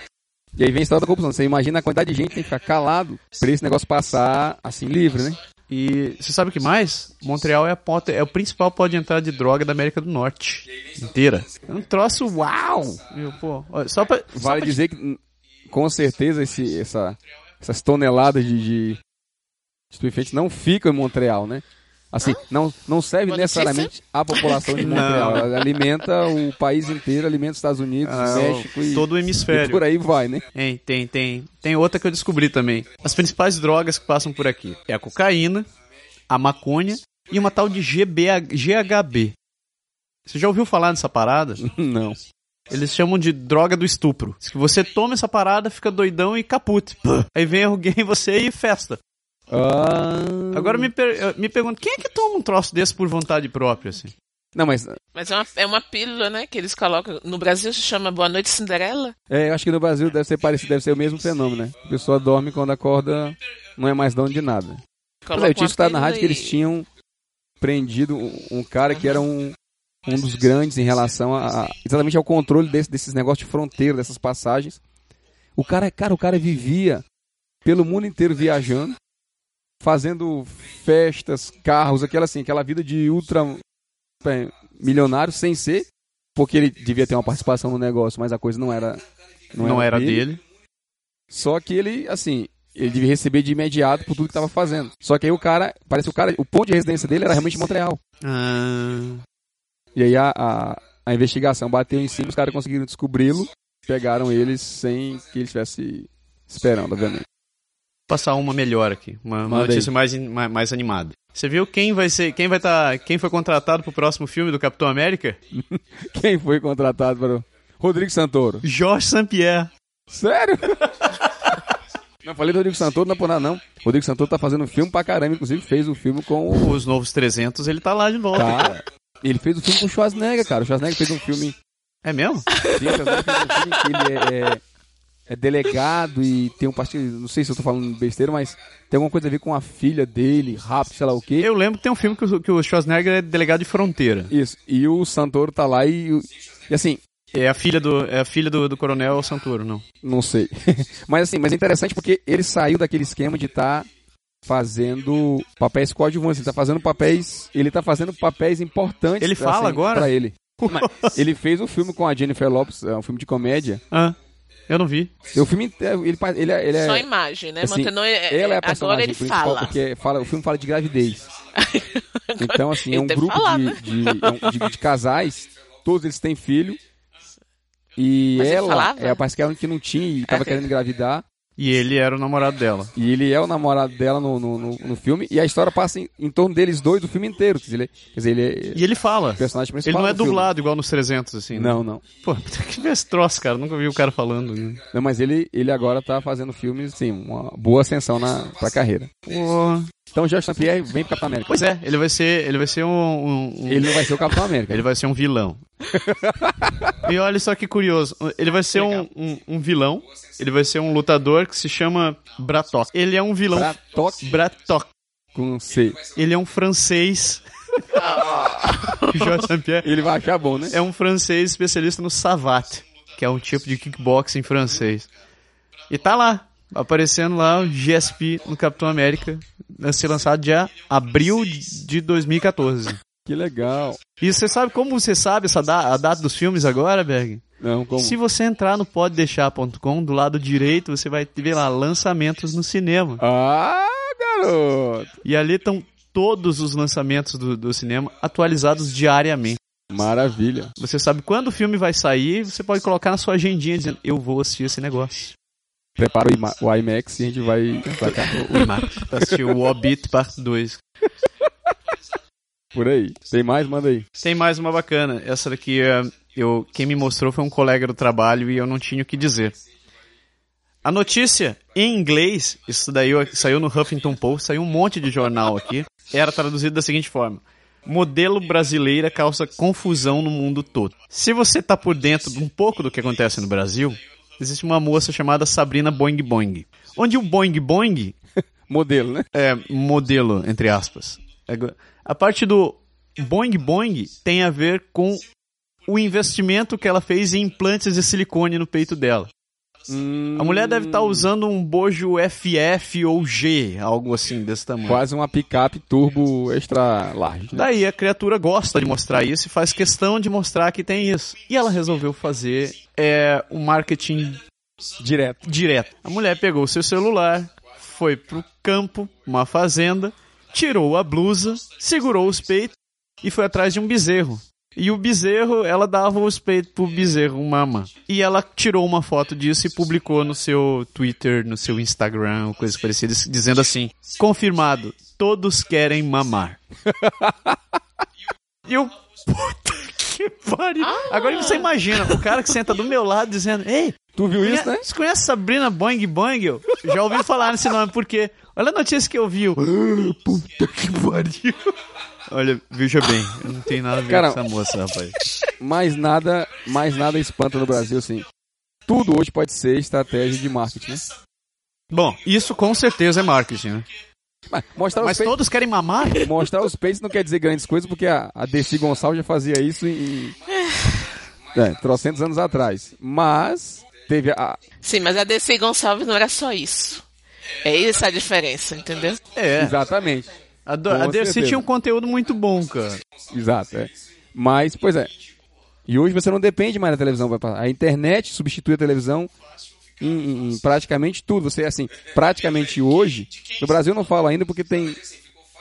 Speaker 2: E aí vem a história da corrupção. Você imagina a quantidade de gente que tem que ficar calado pra esse negócio passar assim livre, né?
Speaker 1: E você sabe o que mais? Montreal é, a ponta, é o principal pó de entrada de droga da América do Norte inteira. É um troço uau! Meu, pô, olha, só pra, só
Speaker 2: Vale
Speaker 1: pra
Speaker 2: dizer que, hum, com certeza, esse, essa, essas toneladas de, de estupefacientes não ficam em Montreal, né? Assim, não, não serve
Speaker 3: Uma
Speaker 2: necessariamente à população
Speaker 1: [laughs]
Speaker 2: de
Speaker 1: Não.
Speaker 2: Montreal. Ela alimenta o país inteiro, alimenta os Estados Unidos,
Speaker 1: Ah,
Speaker 2: México
Speaker 1: o-
Speaker 2: e,
Speaker 1: todo o
Speaker 2: e por
Speaker 1: hemisfério.
Speaker 2: aí vai, né? [laughs]
Speaker 1: Hein, tem, tem. Tem outra que eu descobri também. As principais drogas que passam por aqui é a cocaína, a maconha e uma tal de GBH, GHB. Você já ouviu falar nessa parada?
Speaker 2: Não.
Speaker 1: Eles chamam de droga do estupro. Diz que você toma essa parada, fica doidão e caput. Pã. Aí vem alguém [laughs] você e festa.
Speaker 2: Ah,
Speaker 1: Agora me, per- eu me pergunto, quem é que toma um troço desse por vontade própria, assim?
Speaker 2: Não, mas
Speaker 3: Mas é uma, é uma pílula, né? Que eles colocam. No Brasil se chama Boa Noite Cinderela.
Speaker 2: é, eu acho que no Brasil deve ser parecido, deve ser o mesmo fenômeno, né? A pessoa dorme quando acorda, não é mais dono de nada. Mas, é,
Speaker 3: Colocam
Speaker 2: eu tinha
Speaker 3: uma
Speaker 2: escutado na
Speaker 3: pílula
Speaker 2: rádio que eles
Speaker 3: e-
Speaker 2: tinham prendido um- um cara que era um, um dos grandes em relação a, a- exatamente ao controle desse- desses negócios de fronteira, dessas passagens. O cara, cara, o cara vivia pelo mundo inteiro viajando, fazendo festas, carros, aquela assim, aquela vida de ultra é, milionário sem ser, porque ele devia ter uma participação no negócio, mas a coisa não era
Speaker 1: Não, é um era dele.
Speaker 2: só que ele, assim, ele devia receber de imediato por tudo que tava fazendo. Só que aí o cara, parece que o cara, o ponto de residência dele era realmente Montreal.
Speaker 1: Ah,
Speaker 2: E aí a, a, a investigação bateu em cima, os caras conseguiram descobri-lo, pegaram ele sem que ele estivesse esperando, obviamente. [laughs]
Speaker 1: passar uma melhor aqui, uma, uma
Speaker 2: Manda
Speaker 1: notícia mais, in- mais, mais animada. Você viu quem vai ser, quem vai tá, quem foi contratado pro próximo filme do Capitão América?
Speaker 2: Quem foi contratado para o... Rodrigo Santoro.
Speaker 1: Jorge Saint-Pierre.
Speaker 2: Sério? [laughs] Não, falei do Rodrigo Santoro, não é por nada não. Rodrigo Santoro tá fazendo um filme pra caramba, inclusive fez um filme com o...
Speaker 1: Os novos 300, ele tá lá de volta.
Speaker 2: Tá? Ele fez um filme com o Schwarzenegger, cara. O Schwarzenegger fez um filme
Speaker 1: É mesmo?
Speaker 2: Sim, o Schwarzenegger fez um filme que ele é, é- é delegado e tem um partido. Não sei se eu tô falando besteira, mas tem alguma coisa a ver com a filha dele, rápido, sei lá o quê.
Speaker 1: Eu lembro que tem um filme que o, que o Schwarzenegger é delegado de fronteira.
Speaker 2: Isso. E o Santoro tá lá e. o- E assim,
Speaker 1: É a filha do, é a filha do, do coronel Santoro, não.
Speaker 2: não sei. [laughs] mas assim, mas é interessante porque ele saiu daquele esquema de estar fazendo papéis coadjuvantes. Ele tá fazendo papéis. Ele tá fazendo papéis importantes
Speaker 1: Ele fala agora?
Speaker 2: pra ele. Ele fez um filme com a Jennifer Lopes, é um filme de comédia.
Speaker 1: Ah, eu não vi.
Speaker 2: E O filme inteiro, ele, pa- ele, é- ele é.
Speaker 3: Só imagem, né?
Speaker 2: Assim,
Speaker 3: Mantendo- é-
Speaker 2: Ela é a personagem
Speaker 3: agora ele
Speaker 2: principal,
Speaker 3: fala.
Speaker 2: porque fala, o filme fala de
Speaker 3: [laughs]
Speaker 2: gravidez. Então, assim, é
Speaker 3: Ele
Speaker 2: um
Speaker 3: tem que
Speaker 2: grupo
Speaker 3: falar,
Speaker 2: de,
Speaker 3: né?
Speaker 2: de- é um- de- de casais, todos eles têm filho. E
Speaker 3: Mas ele
Speaker 2: ela
Speaker 3: falava?
Speaker 2: é a parceira que não tinha e tava
Speaker 3: Ah,
Speaker 2: querendo engravidar.
Speaker 1: E ele era o namorado dela.
Speaker 2: E ele é o namorado dela no, no, no, no filme, e a história passa em, em torno deles dois o filme inteiro. Quer dizer, ele, quer dizer, ele é
Speaker 1: E ele fala.
Speaker 2: o personagem principal.
Speaker 1: Ele não é
Speaker 2: do filme.
Speaker 1: dublado igual nos 300, assim. né?
Speaker 2: Não, não.
Speaker 1: Pô, [laughs] puta que destroço, cara. Nunca vi o cara falando. Né?
Speaker 2: Não, mas ele, ele agora tá fazendo filmes, sim, uma boa ascensão na, pra carreira.
Speaker 1: Pô.
Speaker 2: Então o Jorge Pierre vem pro Capitão América.
Speaker 1: Pois é, ele vai ser, ele vai ser um, um- um-
Speaker 2: Ele não vai ser o Capitão América.
Speaker 1: ele vai ser um vilão. e olha só que curioso, ele vai ser um, um, um vilão, ele vai ser um lutador que se chama Bratok. Ele é um vilão
Speaker 2: Bratok?
Speaker 1: Bratok.
Speaker 2: com C.
Speaker 1: Ele é um francês.
Speaker 2: [laughs] Ah,
Speaker 1: [laughs] Jorge Saint-Pierre
Speaker 2: Ele vai achar bom, né?
Speaker 1: é um francês especialista no savat, que é um tipo de kickboxing francês. E tá lá, aparecendo lá o GSP no Capitão América, a ser lançado dia abril de 2014.
Speaker 2: Que legal.
Speaker 1: E você sabe como você sabe essa da- a data dos filmes agora, Berg?
Speaker 2: Não, como?
Speaker 1: Se você entrar no poddeixar.com, do lado direito, você vai ver lá lançamentos no cinema.
Speaker 2: Ah, garoto!
Speaker 1: E ali estão todos os lançamentos do, do cinema atualizados diariamente.
Speaker 2: Maravilha.
Speaker 1: Você sabe quando o filme vai sair, você pode colocar na sua agendinha dizendo, eu vou assistir esse negócio.
Speaker 2: Prepara o, Ima- o IMAX e a gente vai pra cá.
Speaker 1: O IMAX pra assistir o Hobbit Parte 2.
Speaker 2: Por aí. Tem mais? Manda aí.
Speaker 1: Tem mais uma bacana. Essa daqui, eh, eu, quem me mostrou foi um colega do trabalho e eu não tinha o que dizer. A notícia em inglês, isso daí eu- saiu no Huffington Post, saiu um monte de jornal aqui, era traduzido da seguinte forma. Modelo brasileira causa confusão no mundo todo. Se você tá por dentro de um pouco do que acontece no Brasil, existe uma moça chamada Sabrina Boing Boing. Onde o Boing Boing
Speaker 2: Modelo, né?
Speaker 1: é, modelo, entre aspas. Agora, A parte do Boing Boing tem a ver com o investimento que ela fez em implantes de silicone no peito dela. A mulher deve estar usando um bojo FF ou G, algo assim desse tamanho.
Speaker 2: Quase uma picape turbo extra large. né?
Speaker 1: Daí a criatura gosta de mostrar isso e faz questão de mostrar que tem isso. E ela resolveu fazer é, um marketing
Speaker 2: Direto.
Speaker 1: direto. A mulher pegou o seu celular, foi pro campo, uma fazenda, tirou a blusa, segurou os peitos e foi atrás de um bezerro. E o bezerro, ela dava os peitos pro bezerro mama. E ela tirou uma foto disso e publicou no seu Twitter, no seu Instagram, coisas parecidas, dizendo assim: Confirmado, todos querem mamar. [laughs] E eu. Puta que pariu! Agora você imagina, o cara que senta do meu lado dizendo: Ei,
Speaker 2: Tu viu isso, né?
Speaker 1: Conhe- Você conhece Sabrina Boing Boing? Eu já ouvi falar nesse nome, porque olha a notícia que eu vi. eu-
Speaker 2: Ah,
Speaker 1: Puta que pariu. Olha, veja bem, eu não tenho nada a ver
Speaker 2: Cara,
Speaker 1: com essa moça, rapaz.
Speaker 2: Mais nada, mais nada espanta no Brasil, assim. Tudo hoje pode ser estratégia de marketing, né?
Speaker 1: Bom, isso com certeza é marketing, né?
Speaker 2: Mas mostrar,
Speaker 1: Mas
Speaker 2: os peitos,
Speaker 1: todos querem mamar?
Speaker 2: mostrar os peitos não quer dizer grandes coisas, porque a, a Desi Gonçalves já fazia isso em... É, trocentos anos atrás. Mas teve a...
Speaker 3: Sim, mas a DC Gonçalves não era só isso. É essa a diferença, entendeu?
Speaker 1: É,
Speaker 2: Exatamente.
Speaker 1: a, do,
Speaker 2: com
Speaker 1: a DC
Speaker 2: certeza.
Speaker 1: tinha um conteúdo muito bom, cara.
Speaker 2: Exato, é. Mas, pois é. E hoje você não depende mais da televisão. vai pra- A internet substitui a televisão em, em- em praticamente tudo. Você, assim, praticamente hoje... No Brasil eu não falo ainda porque tem...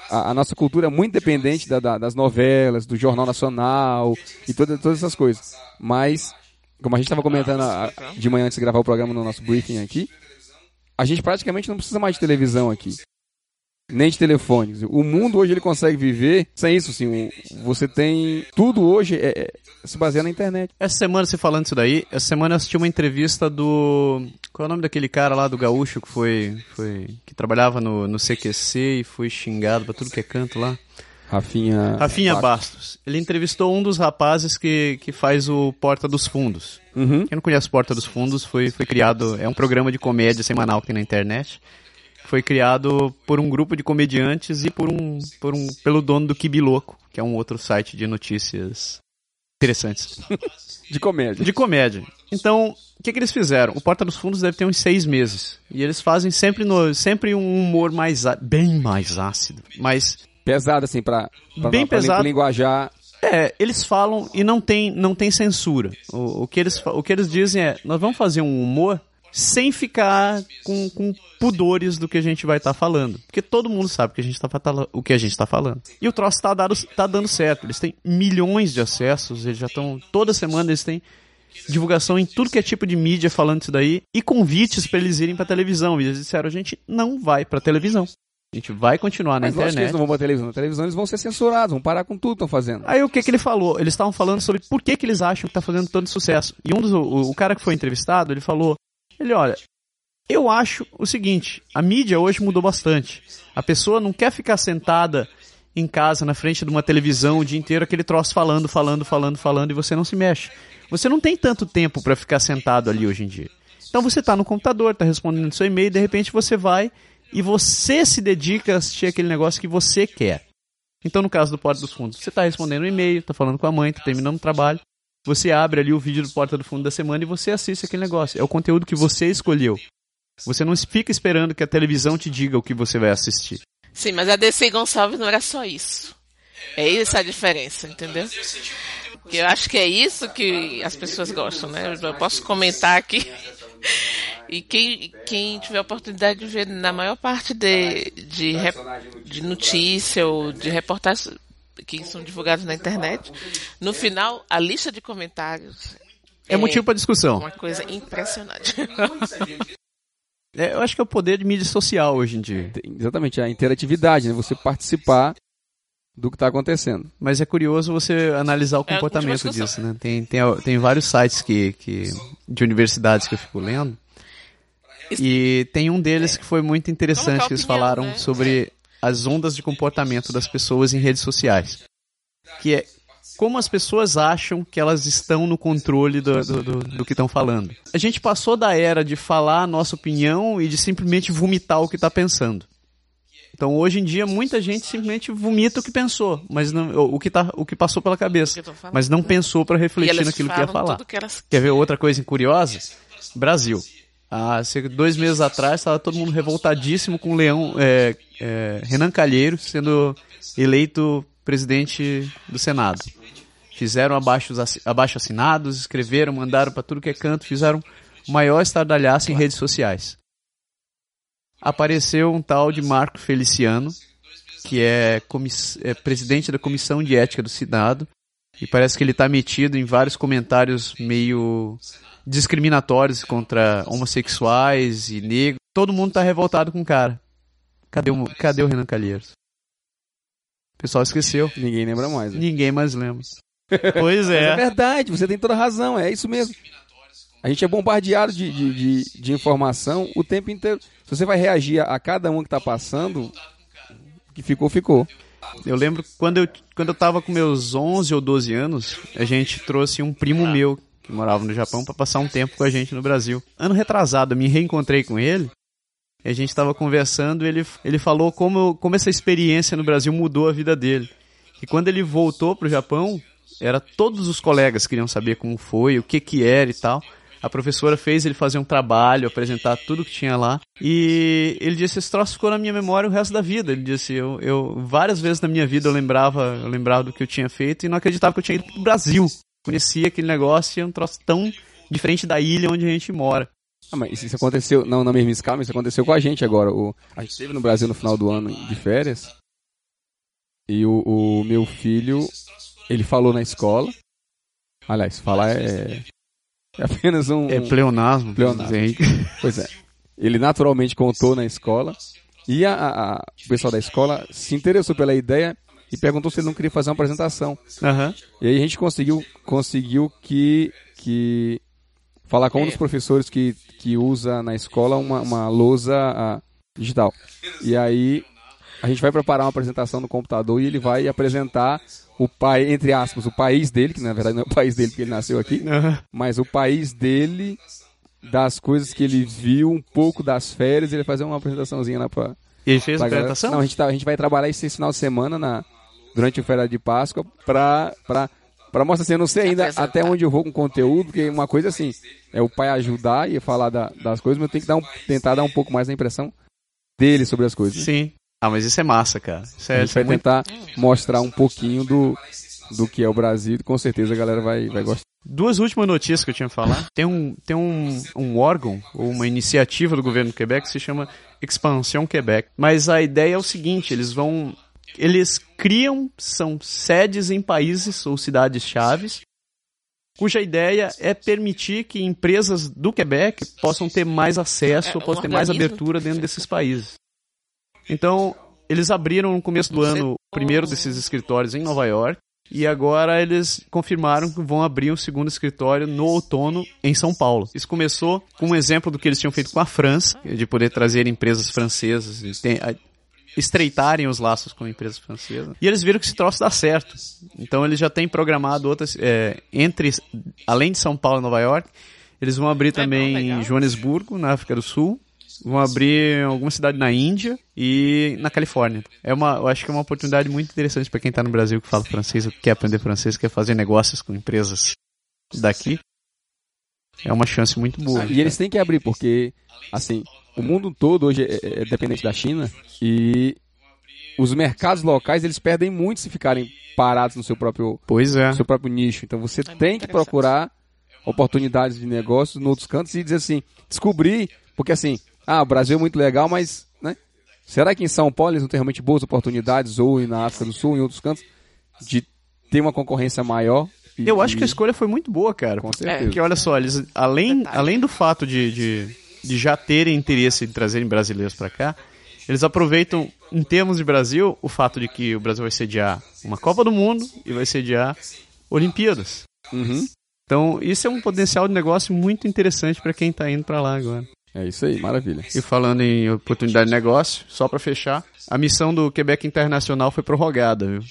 Speaker 2: A, a nossa cultura é muito dependente da- da- das novelas, do Jornal Nacional e toda, todas essas coisas. Mas, como a gente estava comentando a- a- de manhã antes de gravar o programa no nosso briefing aqui, a gente praticamente não precisa mais de televisão aqui nem de telefone. O mundo hoje ele consegue viver sem isso, assim. o- Você tem tudo hoje é, é- se baseia na internet.
Speaker 1: Essa semana, você falando isso daí, essa semana eu assisti uma entrevista do. Qual é o nome daquele cara lá do Gaúcho que foi. foi que trabalhava no, no CQC e foi xingado pra tudo que é canto lá?
Speaker 2: Rafinha. é,
Speaker 1: Rafinha
Speaker 2: Ba-
Speaker 1: Bastos. Ele entrevistou um dos rapazes que, que faz o Porta dos Fundos.
Speaker 2: Uhum.
Speaker 1: Quem não conhece Porta dos Fundos foi, foi criado. É um programa de comédia semanal que tem na internet. Foi criado por um grupo de comediantes e por um, por um pelo dono do Kibiloco, que é um outro site de notícias interessantes.
Speaker 2: De comédia.
Speaker 1: De comédia. Então, o que, que eles fizeram? O Porta dos Fundos deve ter uns seis meses. E eles fazem sempre, no, sempre um humor mais á- bem mais ácido. Mas
Speaker 2: Pesado, assim, pra, pra,
Speaker 1: Bem
Speaker 2: pra,
Speaker 1: pesado.
Speaker 2: pra linguajar.
Speaker 1: É, eles falam e não tem, não tem censura. O, o que eles, fa- o que eles dizem é, nós vamos fazer um humor sem ficar com, com pudores do que a gente vai estar falando. Porque todo mundo sabe que a gente tá, fa- tá- o que a gente está falando. E o tá troço está dado, tá dando certo. Eles têm milhões de acessos, eles já estão... Toda semana eles têm divulgação em tudo que é tipo de mídia falando isso daí e convites pra eles irem pra televisão. E eles disseram, a gente não vai pra televisão. A gente vai continuar na
Speaker 2: Mas lógico que eles
Speaker 1: internet.
Speaker 2: não vão pra televisão. Na televisão eles vão ser censurados, vão parar com tudo que estão fazendo.
Speaker 1: Aí o que que ele falou? Eles estavam falando sobre por que que eles acham que tá fazendo tanto sucesso. E um dos, o, o cara que foi entrevistado, ele falou, ele olha, eu acho o seguinte, a mídia hoje mudou bastante. A pessoa não quer ficar sentada em casa, na frente de uma televisão o dia inteiro, aquele troço falando, falando, falando, falando, e você não se mexe. Você não tem tanto tempo pra ficar sentado ali hoje em dia. Então você tá no computador, tá respondendo seu e-mail, de repente você vai e você se dedica a assistir aquele negócio que você quer. Então, no caso do Porta dos Fundos, você está respondendo um e-mail, está falando com a mãe, está terminando o trabalho. Você abre ali o vídeo do Porta do Fundo da semana e você assiste aquele negócio. É o conteúdo que você escolheu. Você não fica esperando que a televisão te diga o que você vai assistir.
Speaker 3: Sim, mas a DC Gonçalves não era só isso. É essa a diferença, entendeu? Que eu acho que é isso que as pessoas gostam, né? Eu posso comentar aqui. E quem, quem tiver a oportunidade de ver na maior parte de, de, re- de notícia ou de reportagem que são divulgados na internet, no final, a lista de comentários
Speaker 1: É motivo para discussão.
Speaker 3: uma coisa impressionante.
Speaker 1: É, eu acho que é o poder de mídia social hoje em dia.
Speaker 2: Tem- Exatamente, a interatividade, né? Você participar do que está acontecendo.
Speaker 1: Mas é curioso você analisar o
Speaker 3: É a
Speaker 1: comportamento
Speaker 3: última
Speaker 1: disso,
Speaker 3: discussão.
Speaker 1: né? Tem, tem, tem vários sites que, que, de universidades que eu fico lendo. E tem um deles que foi muito interessante,
Speaker 3: Colocar
Speaker 1: que eles
Speaker 3: opinião,
Speaker 1: falaram
Speaker 3: né?
Speaker 1: sobre as ondas de comportamento das pessoas em redes sociais. Que é como as pessoas acham que elas estão no controle do, do, do- do que estão falando. A gente passou da era de falar a nossa opinião e de simplesmente vomitar o que está pensando. Então, hoje em dia, muita gente simplesmente vomita o que pensou, mas não, o, que tá, o que passou pela
Speaker 3: O que
Speaker 1: cabeça,
Speaker 3: eu tô falando.
Speaker 1: mas não pensou para
Speaker 3: E
Speaker 1: refletir
Speaker 3: elas
Speaker 1: naquilo que ia
Speaker 3: falam
Speaker 1: falar.
Speaker 3: tudo que elas
Speaker 1: Quer ver outra coisa curiosa? Brasil. Há cerca de dois meses atrás estava todo mundo revoltadíssimo com o Leão é, é, Renan Calheiro sendo eleito presidente do Senado. Fizeram abaixo, abaixo assinados, escreveram, mandaram para tudo que é canto, fizeram o maior estardalhaço em redes sociais. Apareceu um tal de Marco Feliciano, que é, comiss- é presidente da Comissão de Ética do Senado, e parece que ele tá metido em vários comentários meio discriminatórios contra homossexuais e negros. Todo mundo tá revoltado com o cara. Cadê o, cadê o Renan Calheiros? O pessoal esqueceu.
Speaker 2: Ninguém lembra mais. né?
Speaker 1: Ninguém mais lembra. Pois
Speaker 2: É verdade, você tem toda a razão, é isso mesmo. A gente é bombardeado de, de, de- de informação o tempo inteiro. Se você vai reagir a, a cada um que está passando, o que ficou, ficou.
Speaker 1: Eu lembro quando eu, quando eu tava com meus 11 ou 12 anos, a gente trouxe um primo meu que morava no Japão pra passar um tempo com a gente no Brasil. Ano retrasado, eu me reencontrei com ele. E a gente tava conversando, e ele ele falou como eu- como essa experiência no Brasil mudou a vida dele. E quando ele voltou pro Japão, era todos os colegas queriam saber como foi, o que que era e tal. A professora fez ele fazer um trabalho, apresentar tudo que tinha lá. E ele disse, esse troço ficou na minha memória o resto da vida. Ele disse, eu, eu várias vezes na minha vida eu lembrava, eu lembrava do que eu tinha feito e não acreditava que eu tinha ido pro Brasil. Conhecia aquele negócio e é um troço tão diferente da ilha onde a gente mora.
Speaker 2: Ah, mas isso- isso aconteceu, não na mesma escala, mas isso aconteceu com a gente agora. O- a gente esteve no Brasil no final do ano de férias. E o, o meu filho, ele falou na escola. Aliás, falar é, é apenas um.
Speaker 1: É pleonasmo.
Speaker 2: Pleonasmo. assim
Speaker 1: Henrique.
Speaker 2: Pois é. Ele naturalmente contou na escola. E a- a- a- o pessoal da escola se interessou pela ideia e perguntou se ele não queria fazer uma apresentação.
Speaker 1: Aham.
Speaker 2: E aí a gente conseguiu, conseguiu que, que falar com um dos professores que, que usa na escola uma, uma lousa ah, digital. E aí a gente vai preparar uma apresentação no computador e ele vai apresentar o pai, entre aspas, o país dele, que na verdade não é o país dele porque ele nasceu aqui,
Speaker 1: Aham.
Speaker 2: mas o país dele, das coisas que ele viu, um pouco das férias, ele vai fazer uma apresentaçãozinha lá pra,
Speaker 1: E ele fez a
Speaker 2: pra galera.
Speaker 1: apresentação?
Speaker 2: Não, a gente, tá- a gente vai trabalhar esse final de semana na, durante o feriado de Páscoa pra, pra, pra mostrar assim, eu não sei ainda
Speaker 3: Apresentar.
Speaker 2: até onde eu vou com conteúdo, porque uma coisa assim, é o pai ajudar e falar da- das coisas, mas eu tenho que dar um- tentar dar um pouco mais a impressão dele sobre as coisas.
Speaker 1: Sim. Ah, mas isso é massa, cara. Isso
Speaker 2: A
Speaker 1: é,
Speaker 2: gente
Speaker 1: isso é
Speaker 2: vai
Speaker 1: muito...
Speaker 2: tentar mostrar um pouquinho do, do que é o Brasil e com certeza a galera vai, vai gostar.
Speaker 1: Duas últimas notícias que eu tinha pra falar. Tem, um, tem um, um órgão, ou uma iniciativa do governo do Quebec que se chama Expansão Quebec. Mas a ideia é o seguinte, eles vão... Eles criam, são sedes em países ou cidades chaves cuja ideia é permitir que empresas do Quebec possam ter mais acesso,
Speaker 3: É, um
Speaker 1: possam ter mais
Speaker 3: organismo?
Speaker 1: abertura dentro desses países. Então, eles abriram no começo do ano o primeiro desses escritórios em Nova York, e agora eles confirmaram que vão abrir um segundo escritório no outono em São Paulo. Isso começou com um exemplo do que eles tinham feito com a França, de poder trazer empresas francesas, e tem- a- estreitarem os laços com empresas francesas. E eles viram que esse troço dá certo. Então eles já têm programado outras, é, entre, além de São Paulo e Nova York, eles vão abrir também em
Speaker 3: legal.
Speaker 1: Joanesburgo, na África do Sul, vão abrir em alguma cidade na Índia e na Califórnia. É uma, eu acho que é uma oportunidade muito interessante para quem está no Brasil que fala francês, ou quer aprender francês, quer fazer negócios com empresas daqui. É uma chance muito boa.
Speaker 2: Tipo, E eles têm que abrir, porque, assim, o mundo todo hoje é, é dependente da China e os mercados locais eles perdem muito se ficarem parados no seu próprio,
Speaker 1: Pois é.
Speaker 2: no seu próprio nicho. Então você
Speaker 3: É muito
Speaker 2: tem que
Speaker 3: interessante.
Speaker 2: procurar oportunidades de negócios em outros cantos e dizer assim, descobrir, porque assim, ah, o Brasil é muito legal, mas, né? Será que em São Paulo eles não têm realmente boas oportunidades, ou na África do Sul, em outros cantos, de ter uma concorrência maior? E-
Speaker 1: Eu acho que a
Speaker 2: e-
Speaker 1: escolha foi muito boa, cara.
Speaker 2: Com certeza.
Speaker 1: Porque olha só, eles, além, além do fato de, de, de já terem interesse em trazerem brasileiros pra cá, eles aproveitam, em termos de Brasil, o fato de que o Brasil vai sediar uma Copa do Mundo e vai sediar Olimpíadas.
Speaker 2: Uhum.
Speaker 1: Então, isso é um potencial de negócio muito interessante pra quem tá indo pra lá agora.
Speaker 2: É isso aí, maravilha.
Speaker 1: E falando em oportunidade de negócio, só pra fechar, a missão do Quebec Internacional foi prorrogada, viu?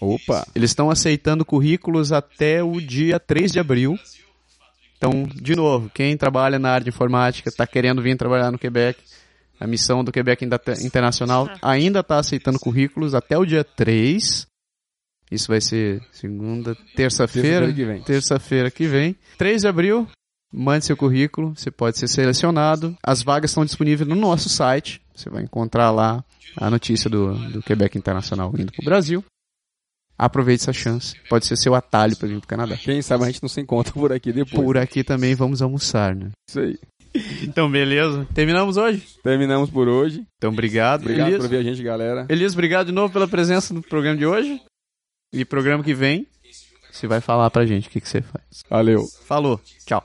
Speaker 2: Opa!
Speaker 1: Eles estão aceitando currículos até o dia 3 de abril. Então, de novo, quem trabalha na área de informática, está querendo vir trabalhar no Quebec, a missão do Quebec Inda- Internacional ainda está aceitando currículos até o dia 3. Isso vai ser segunda, terça-feira.
Speaker 2: Terça-feira que vem.
Speaker 1: Terça-feira que vem. 3 de abril, mande seu currículo, você pode ser selecionado. As vagas estão disponíveis no nosso site. Você vai encontrar lá a notícia do, do Quebec Internacional indo para o Brasil. Aproveite essa chance. Pode ser seu atalho para vir para o Canadá.
Speaker 2: Quem sabe a gente não se encontra por aqui depois.
Speaker 1: Por aqui também vamos almoçar, né?
Speaker 2: Isso aí.
Speaker 1: Então, beleza. Terminamos hoje?
Speaker 2: Terminamos por hoje.
Speaker 1: Então, obrigado.
Speaker 2: Obrigado
Speaker 1: Elias.
Speaker 2: por ver a gente, galera.
Speaker 1: Elias, obrigado de novo pela presença no programa de hoje. E programa que vem, você vai falar pra gente o que, que você faz.
Speaker 2: Valeu.
Speaker 1: Falou. Tchau.